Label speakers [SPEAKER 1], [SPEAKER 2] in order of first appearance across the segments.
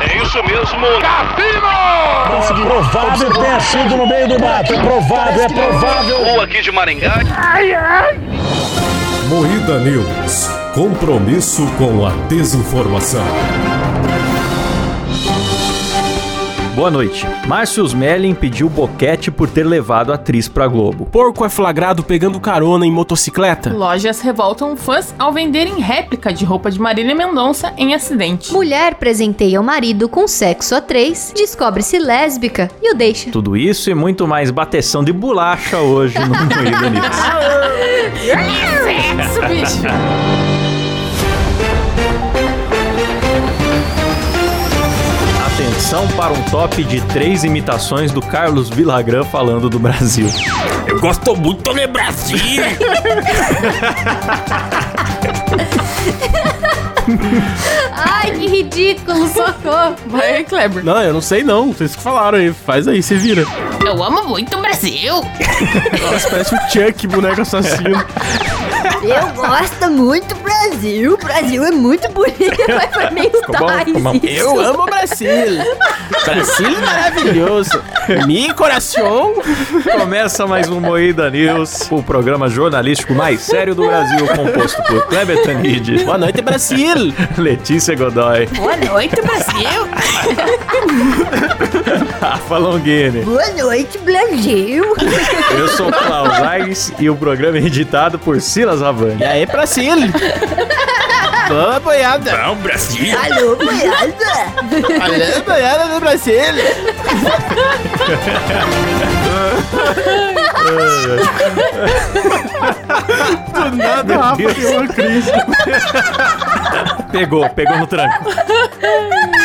[SPEAKER 1] É Isso mesmo. Cassino!
[SPEAKER 2] Conseguiu. Provável tenha sido no meio do mato. É provável, é provável.
[SPEAKER 1] Ou aqui de Maringá.
[SPEAKER 3] Moída News. Compromisso com a desinformação.
[SPEAKER 4] Boa noite. Márcio Smelling pediu boquete por ter levado a atriz pra Globo.
[SPEAKER 5] Porco é flagrado pegando carona em motocicleta.
[SPEAKER 6] Lojas revoltam fãs ao venderem réplica de roupa de Marília Mendonça em acidente.
[SPEAKER 7] Mulher presenteia o marido com sexo a três, descobre-se lésbica e o deixa.
[SPEAKER 4] Tudo isso e muito mais bateção de bolacha hoje no Moída News.
[SPEAKER 6] Sexo, bicho.
[SPEAKER 4] Atenção para um top de três imitações do Carlos Villagrán falando do Brasil.
[SPEAKER 5] Eu gosto muito de Brasil.
[SPEAKER 7] Ai, que ridículo, socorro.
[SPEAKER 6] Vai, Kleber.
[SPEAKER 5] Não, eu não sei não. Vocês que falaram aí. Faz aí, se vira.
[SPEAKER 6] Eu amo muito o Brasil.
[SPEAKER 5] Nossa, parece o Chuck, boneco assassino.
[SPEAKER 7] Eu gosto muito do Brasil. O Brasil é muito bonito, mas foi meio
[SPEAKER 4] bom, ficou bom.
[SPEAKER 7] tais.
[SPEAKER 5] Eu amo o Brasil. Brasil é maravilhoso. Mi coração.
[SPEAKER 4] Começa mais um Moída News, o programa jornalístico mais sério do Brasil, composto por Kleber Tanid,
[SPEAKER 5] Boa noite, Brasil.
[SPEAKER 4] Letícia Godoy,
[SPEAKER 6] Boa noite, Brasil.
[SPEAKER 4] Rafa Longini.
[SPEAKER 7] Boa noite, Brasil.
[SPEAKER 4] Eu sou Klaus Aires e o programa é editado por Silas Havani.
[SPEAKER 5] E aí, Brasil. Boa boiada.
[SPEAKER 1] Não, Brasil.
[SPEAKER 7] Alô, boiada.
[SPEAKER 5] Olha a boiada do Brasil. Do nada, Rafa, tem uma crise.
[SPEAKER 4] Pegou, pegou no tranco.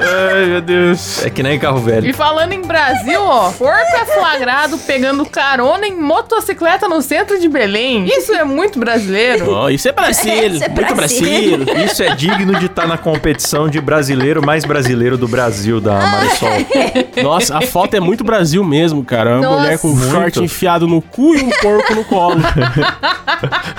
[SPEAKER 5] Ai, meu Deus.
[SPEAKER 4] É que nem carro velho.
[SPEAKER 6] E falando em Brasil, ó, porco é flagrado pegando carona em motocicleta no centro de Belém. Isso é muito brasileiro.
[SPEAKER 5] Ó, isso é Brasil.
[SPEAKER 7] Isso é
[SPEAKER 5] muito
[SPEAKER 7] Brasil.
[SPEAKER 5] Brasil.
[SPEAKER 4] Isso é digno de estar na competição de brasileiro mais brasileiro do Brasil, da Marisol.
[SPEAKER 5] Nossa, a foto é muito Brasil mesmo, cara. Uma
[SPEAKER 7] Nossa.
[SPEAKER 5] mulher com um short
[SPEAKER 4] Muito.
[SPEAKER 5] enfiado no cu e um porco no colo.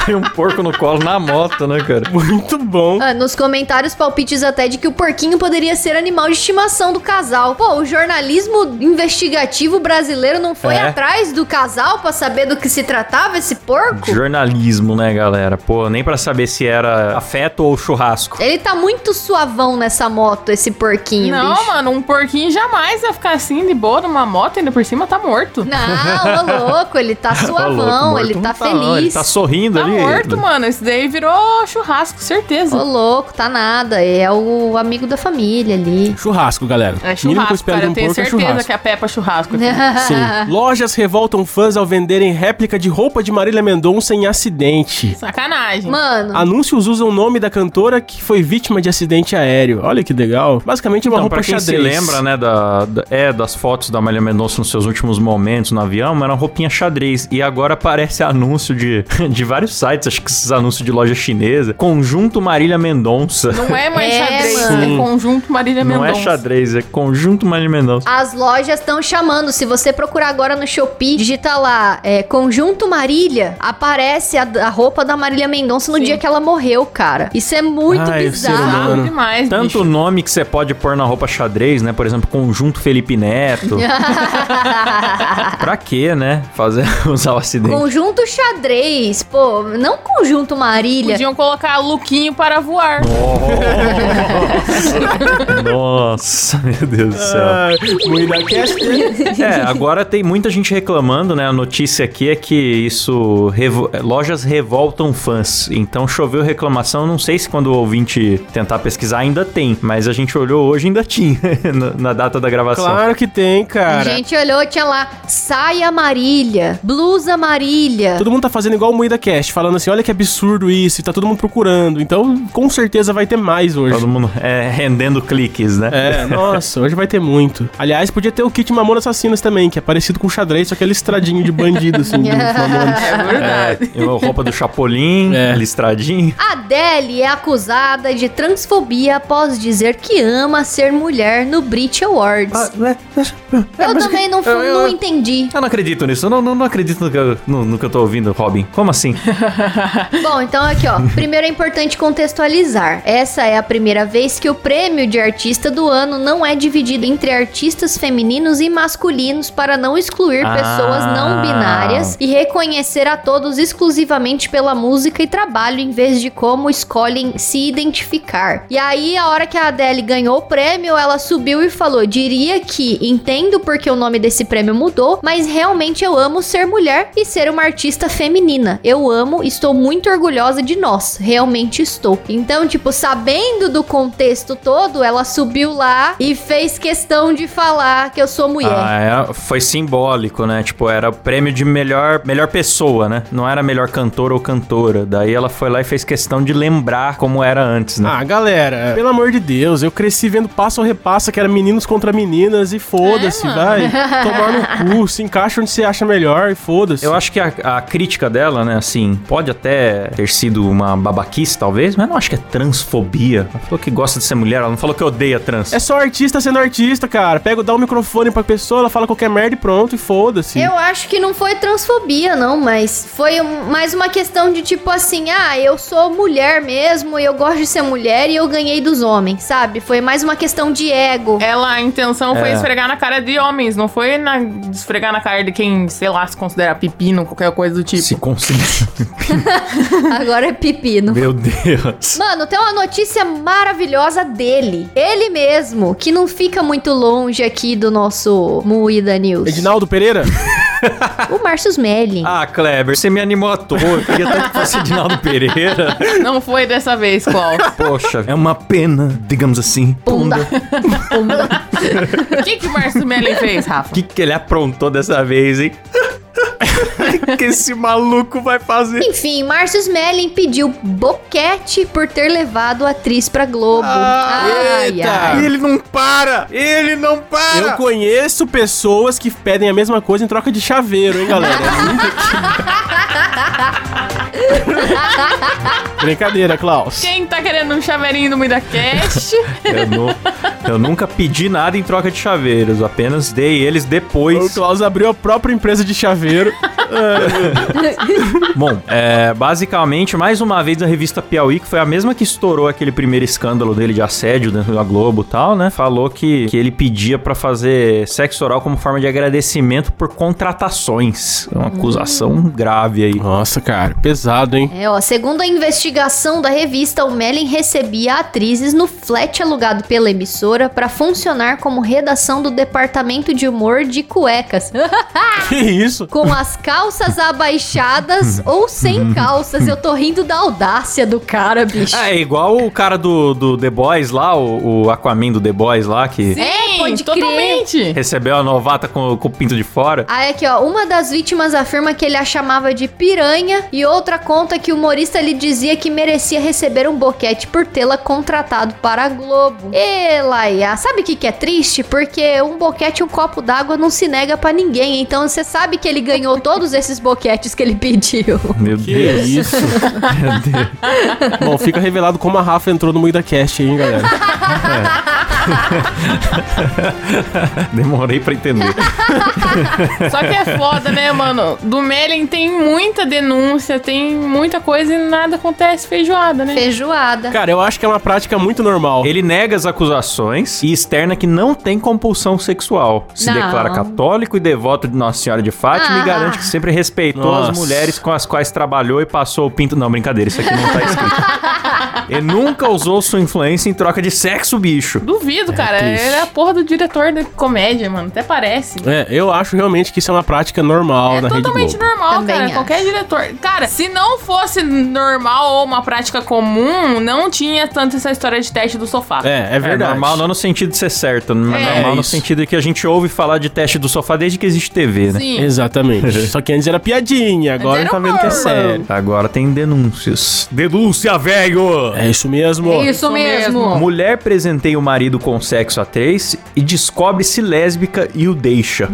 [SPEAKER 4] Tem um porco no colo na moto, né, cara?
[SPEAKER 5] Muito bom.
[SPEAKER 7] Ah, nos comentários, palpites até de que o porquinho poderia ser animal de estimação do casal. Pô, o jornalismo investigativo brasileiro não foi
[SPEAKER 4] É.
[SPEAKER 7] atrás do casal pra saber do que se tratava esse porco?
[SPEAKER 4] Jornalismo, né, galera? Pô, nem pra saber se era afeto ou churrasco.
[SPEAKER 7] Ele tá muito suavão nessa moto, esse porquinho,
[SPEAKER 6] Não,
[SPEAKER 7] bicho.
[SPEAKER 6] mano, um porquinho jamais vai ficar assim de boa numa moto, ainda por cima tá morto.
[SPEAKER 7] Não, ô louco, ele tá
[SPEAKER 4] Ô, louco,
[SPEAKER 7] suavão,
[SPEAKER 4] morto
[SPEAKER 7] ele
[SPEAKER 4] não
[SPEAKER 7] tá
[SPEAKER 4] não. Ele
[SPEAKER 7] feliz.
[SPEAKER 4] tá sorrindo
[SPEAKER 6] Tá
[SPEAKER 4] ali.
[SPEAKER 6] morto,
[SPEAKER 5] né?
[SPEAKER 6] mano. Esse daí virou churrasco, certeza.
[SPEAKER 7] Ô louco, tá nada. É o amigo da família ali.
[SPEAKER 5] Churrasco, galera.
[SPEAKER 6] É
[SPEAKER 5] O mínimo que eu
[SPEAKER 6] churrasco,
[SPEAKER 5] espero
[SPEAKER 6] cara.
[SPEAKER 5] de
[SPEAKER 6] Eu
[SPEAKER 5] um
[SPEAKER 6] tenho
[SPEAKER 5] porco é
[SPEAKER 6] certeza
[SPEAKER 5] churrasco.
[SPEAKER 6] que a Peppa é churrasco. aqui.
[SPEAKER 5] Sim. Lojas revoltam fãs ao venderem réplica de roupa de Marília Mendonça em acidente.
[SPEAKER 6] Sacanagem.
[SPEAKER 7] Mano,
[SPEAKER 5] Anúncios usam o nome da cantora que foi vítima de acidente aéreo. Olha que legal. Basicamente é uma
[SPEAKER 4] Então,
[SPEAKER 5] roupa
[SPEAKER 4] pra quem
[SPEAKER 5] xadrez.
[SPEAKER 4] se lembra, né, da, da- é, das fotos da Marília Mendonça nos seus últimos momentos no avião, era uma roupinha xadrez. E agora aparece anúncio de, de vários sites, acho que esses anúncios de loja chinesa. Conjunto Marília Mendonça.
[SPEAKER 6] Não é mais
[SPEAKER 7] É,
[SPEAKER 6] xadrez,
[SPEAKER 5] mano.
[SPEAKER 6] é conjunto Marília
[SPEAKER 4] Não é
[SPEAKER 6] Mendonça.
[SPEAKER 4] xadrez, é Conjunto Marília Mendonça.
[SPEAKER 7] As lojas estão chamando. Se você procurar agora no Shopee, digita lá é, Conjunto Marília, aparece a, a roupa da Marília Mendonça no dia que ela morreu, cara. Isso é muito
[SPEAKER 5] Ai, o ser
[SPEAKER 7] bizarro.
[SPEAKER 5] humano.
[SPEAKER 6] Sabe demais,
[SPEAKER 4] Tanto
[SPEAKER 6] Ah, bicho.
[SPEAKER 4] nome que você pode pôr na roupa xadrez, né? Por exemplo, Conjunto Felipe Neto. pra quê, né? Fazer usar o acidente.
[SPEAKER 7] Conjunto xadrez, pô, não conjunto Marília.
[SPEAKER 6] Podiam colocar Luquinho para voar.
[SPEAKER 4] Nossa, meu Deus do céu.
[SPEAKER 5] Moída Cast.
[SPEAKER 4] É, agora tem muita gente reclamando, né? A notícia aqui é que isso. revo- Lojas revoltam fãs. Então choveu reclamação. Não sei se quando o ouvinte tentar pesquisar ainda tem, mas a gente olhou hoje ainda tinha na- na data da gravação.
[SPEAKER 5] Claro que tem,
[SPEAKER 7] A
[SPEAKER 5] cara.
[SPEAKER 7] gente olhou, tinha lá saia Marília, blusa Marília.
[SPEAKER 5] Todo mundo tá fazendo igual o Moída Cast, falando assim, olha que absurdo isso, e tá todo mundo procurando. Então, com certeza vai ter mais hoje.
[SPEAKER 4] Todo mundo é, rendendo cliques, né?
[SPEAKER 5] É, nossa, hoje vai ter muito. Aliás, podia ter o kit Mamona Assassinas também, que é parecido com o xadrez, só que é listradinho de bandido, assim, do Mamona.
[SPEAKER 6] É verdade.
[SPEAKER 4] É, roupa do Chapolin,
[SPEAKER 5] É.
[SPEAKER 4] listradinho.
[SPEAKER 7] Adele é acusada de transfobia após dizer que ama ser mulher no Brit Awards.
[SPEAKER 5] Ah, né?
[SPEAKER 7] eu também não, fu-
[SPEAKER 4] Ah, é, eu- eu-
[SPEAKER 7] não entendi.
[SPEAKER 4] Eu não acredito nisso, eu não, não, não acredito no que, eu, no, no que eu tô ouvindo, Robin. Como assim?
[SPEAKER 7] Bom, então aqui ó, primeiro é importante contextualizar. Essa é a primeira vez que o prêmio de artista do ano ano não é dividido entre artistas femininos e masculinos para não excluir
[SPEAKER 4] Ah.
[SPEAKER 7] pessoas não binárias e reconhecer a todos exclusivamente pela música e trabalho, em vez de como escolhem se identificar. E aí, a hora que a Adele ganhou o prêmio, ela subiu e falou: Diria que entendo porque o nome desse prêmio mudou, mas realmente eu amo ser mulher e ser uma artista feminina. Eu amo, estou muito orgulhosa de nós. Realmente estou. Então, tipo, sabendo do contexto todo, ela subiu lá e fez questão de falar que eu sou mulher.
[SPEAKER 4] Ah, é, foi simbólico, né? Tipo, era o prêmio de melhor, melhor pessoa, né? Não era melhor cantor ou cantora. Daí ela foi lá e fez questão de lembrar como era antes, né?
[SPEAKER 5] Ah, galera, pelo amor de Deus, eu cresci vendo passo a repassa que era meninos contra meninas e foda-se,
[SPEAKER 6] É, mano.
[SPEAKER 5] vai. Tomar no cu, se encaixa onde você acha melhor e foda-se.
[SPEAKER 4] Eu acho que a, a crítica dela, né, assim, pode até ter sido uma babaquice, talvez, mas eu não acho que é transfobia. Ela falou que gosta de ser mulher, ela não falou que odeia trans.
[SPEAKER 5] É só artista sendo artista, cara. Pega, dá o microfone pra pessoa, ela fala qualquer merda e pronto, e foda-se.
[SPEAKER 7] Eu acho que não foi transfobia, não, mas foi um- mais uma questão de tipo assim: ah, eu sou mulher mesmo, eu gosto de ser mulher e eu ganhei dos homens, sabe? Foi mais uma questão de ego.
[SPEAKER 6] Ela, a intenção foi
[SPEAKER 4] É.
[SPEAKER 6] esfregar na cara de homens, não foi na, esfregar na cara de quem, sei lá, se considera pepino, qualquer coisa do tipo.
[SPEAKER 4] Se considera.
[SPEAKER 7] Agora é pepino.
[SPEAKER 4] Meu Deus.
[SPEAKER 7] Mano, tem uma notícia maravilhosa dele. Ele mesmo, que não fica muito longe aqui do nosso Moída News.
[SPEAKER 5] Edinaldo Pereira?
[SPEAKER 7] O Márcio Smelling.
[SPEAKER 4] Ah, Kleber, você me animou à toa. Eu queria tanto que fosse Edinaldo Pereira.
[SPEAKER 6] Não foi dessa vez, Klaus.
[SPEAKER 4] Poxa, é uma pena, digamos assim.
[SPEAKER 7] Bunda.
[SPEAKER 4] Punda.
[SPEAKER 7] Bunda.
[SPEAKER 6] O que que o Márcio Mellen fez, Rafa?
[SPEAKER 4] O que, que ele aprontou dessa vez, hein? O que que esse maluco vai fazer?
[SPEAKER 7] Enfim, Márcio Smelling pediu boquete por ter levado a atriz pra Globo.
[SPEAKER 5] Ah,
[SPEAKER 7] ai, ai.
[SPEAKER 4] Ele não para! Ele não
[SPEAKER 5] Eu
[SPEAKER 4] para!
[SPEAKER 5] conheço pessoas que pedem a mesma coisa em troca de chaveiro, hein, galera? É muito- Brincadeira, Klaus.
[SPEAKER 6] Quem tá querendo um chaveirinho do MuidaCast?
[SPEAKER 4] Eu, nu- eu nunca pedi nada em troca de chaveiros, eu apenas dei eles
[SPEAKER 5] O
[SPEAKER 4] depois.
[SPEAKER 5] Klaus abriu a própria empresa de chaveiro.
[SPEAKER 4] Bom, é, basicamente, mais uma vez a revista Piauí, que foi a mesma que estourou aquele primeiro escândalo dele de assédio dentro da Globo e tal, né? Falou que, que ele pedia pra fazer sexo oral como forma de agradecimento por contratações. É Uma acusação grave aí.
[SPEAKER 5] Nossa, cara, pesado, hein?
[SPEAKER 7] É, ó, segundo a investigação da revista, o Mellin recebia atrizes no flat alugado pela emissora pra funcionar como redação do departamento de humor de cuecas,
[SPEAKER 5] Que isso?
[SPEAKER 7] com as calças abaixadas ou sem calças. Eu tô rindo da audácia do cara, bicho.
[SPEAKER 4] É igual o cara do, do The Boys lá, o, o Aquaman do The Boys lá, que
[SPEAKER 7] É, pode crer.
[SPEAKER 6] totalmente.
[SPEAKER 4] recebeu a novata com, com o pinto de fora.
[SPEAKER 7] Aí aqui, ó, uma das vítimas afirma que ele a chamava de piranha e outra conta que o humorista lhe dizia que merecia receber um boquete por tê-la contratado para a Globo. E, Laia, sabe o que, que é triste? Porque um boquete e um copo d'água não se nega pra ninguém, então você sabe que ele ganhou todos esses boquetes que ele pediu.
[SPEAKER 4] Meu
[SPEAKER 5] Que
[SPEAKER 4] Deus.
[SPEAKER 5] isso?
[SPEAKER 4] Meu Deus.
[SPEAKER 5] Bom, fica revelado como a Rafa entrou no Moída Cast, hein, galera?
[SPEAKER 4] Demorei pra entender.
[SPEAKER 6] Só que é foda, né, mano? Do Mellen tem muita denúncia, tem muita coisa e nada acontece feijoada, né?
[SPEAKER 7] Feijoada.
[SPEAKER 5] Cara, eu acho que é uma prática muito normal.
[SPEAKER 4] Ele nega as acusações e externa que não tem compulsão sexual. Se
[SPEAKER 7] Não.
[SPEAKER 4] declara católico e devoto de Nossa Senhora de Fátima
[SPEAKER 7] Ah.
[SPEAKER 4] e garante que sempre respeitou
[SPEAKER 5] Nossa.
[SPEAKER 4] as mulheres com as quais trabalhou e passou o pinto. Não, brincadeira, isso aqui não tá escrito. e nunca usou sua influência em troca de sexo, bicho.
[SPEAKER 6] Duvido, cara.
[SPEAKER 4] triste.
[SPEAKER 6] Ele é a porra do diretor da comédia, mano. Até parece.
[SPEAKER 5] É, eu acho realmente que isso é uma prática normal
[SPEAKER 6] É
[SPEAKER 5] na Rede
[SPEAKER 6] totalmente
[SPEAKER 5] Globo.
[SPEAKER 6] normal,
[SPEAKER 7] Também
[SPEAKER 6] cara.
[SPEAKER 7] acho.
[SPEAKER 6] Qualquer diretor. Cara, se não fosse normal ou uma prática comum, não tinha tanto essa história de teste do sofá.
[SPEAKER 5] É, é verdade.
[SPEAKER 4] normal não no sentido de ser certo, mas
[SPEAKER 6] É,
[SPEAKER 4] normal no
[SPEAKER 5] isso.
[SPEAKER 4] sentido de que a gente ouve falar de teste do sofá desde que existe TV, né?
[SPEAKER 6] Sim.
[SPEAKER 5] Exatamente. Só que antes era piadinha, agora
[SPEAKER 6] era
[SPEAKER 5] tá vendo que é
[SPEAKER 6] humor.
[SPEAKER 5] sério.
[SPEAKER 4] Agora tem denúncias. Denúncia, velho!
[SPEAKER 5] É isso mesmo.
[SPEAKER 6] Isso mesmo.
[SPEAKER 4] Mulher presenteia o marido com sexo a três e descobre-se lésbica e o deixa.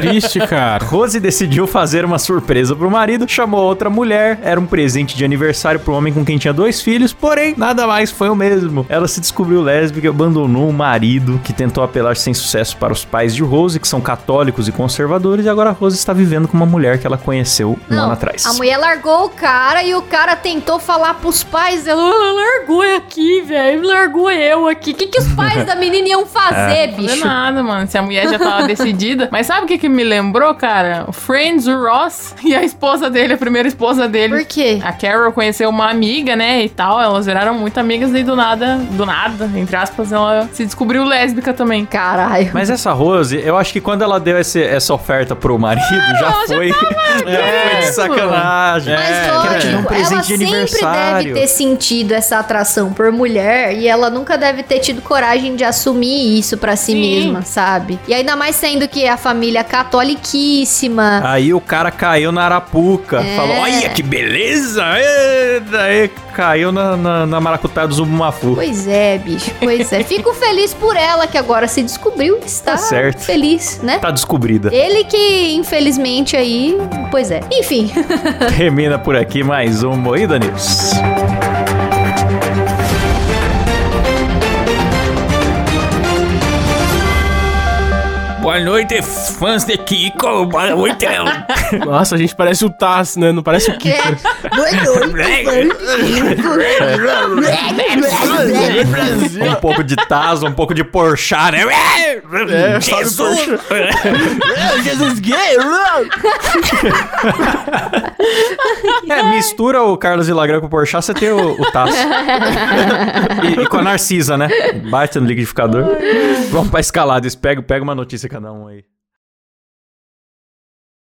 [SPEAKER 5] Triste, cara.
[SPEAKER 4] Rose decidiu fazer uma surpresa pro marido, chamou outra mulher, era um presente de aniversário pro homem com quem tinha dois filhos, porém, nada mais foi o mesmo. Ela se descobriu lésbica e abandonou o marido, que tentou apelar sem sucesso para os pais de Rose, que são católicos e conservadores, e agora Rose está vivendo com uma mulher que ela conheceu um ano atrás.
[SPEAKER 7] a mulher largou o cara e o cara tentou falar pros pais dela, "Ah, largou aqui, velho, largou eu aqui. aqui. O que, que os pais da menina iam fazer,
[SPEAKER 6] Não é
[SPEAKER 7] bicho?
[SPEAKER 6] nada, mano. Se a mulher já tava decidida. Mas sabe o que, que me lembrou, cara? O Friends, o Ross e a esposa dele, a primeira esposa dele.
[SPEAKER 7] Por quê?
[SPEAKER 6] A Carol conheceu uma amiga, né, e tal. Elas viraram muito amigas e do nada, do nada, entre aspas, ela se descobriu lésbica também.
[SPEAKER 7] Caralho.
[SPEAKER 4] Mas essa Rose, eu acho que quando ela deu esse- essa oferta pro marido, já
[SPEAKER 6] ela já
[SPEAKER 4] foi. já foi de
[SPEAKER 6] querendo.
[SPEAKER 4] sacanagem.
[SPEAKER 7] Mas
[SPEAKER 4] Quero te dar
[SPEAKER 7] lógico, ela sempre deve ter sentido essa atração por mulher e ela nunca deve ter tido coragem de assumir isso pra si
[SPEAKER 6] Sim.
[SPEAKER 7] mesma, sabe? E ainda mais sendo que é a família catoliquíssima.
[SPEAKER 4] Aí o cara caiu na arapuca.
[SPEAKER 7] É.
[SPEAKER 4] Falou, olha que beleza! E daí caiu na, na, na maracutaia do Zubumafu.
[SPEAKER 7] Pois é, bicho, pois é. Fico feliz por ela que agora se descobriu, está
[SPEAKER 4] Tá certo.
[SPEAKER 7] feliz, né?
[SPEAKER 4] Tá descobrida.
[SPEAKER 7] Ele que, infelizmente, aí. Pois é. Enfim.
[SPEAKER 4] Termina por aqui mais um Moída News. Boa noite, fãs de Kiko. Boa noite.
[SPEAKER 5] Nossa, a gente parece o Taz, né? Não parece o Kiko. né?
[SPEAKER 6] É.
[SPEAKER 4] um pouco de Taz, um pouco de Porchat, né? Jesus!
[SPEAKER 5] Jesus gay!
[SPEAKER 4] É, mistura o Carlos Villagrán com o Porchat, você tem o, o Taz. e, e com a Narcisa, né? Bate no liquidificador. Vamos pra escalada. Pega, pega uma notícia cada um aí.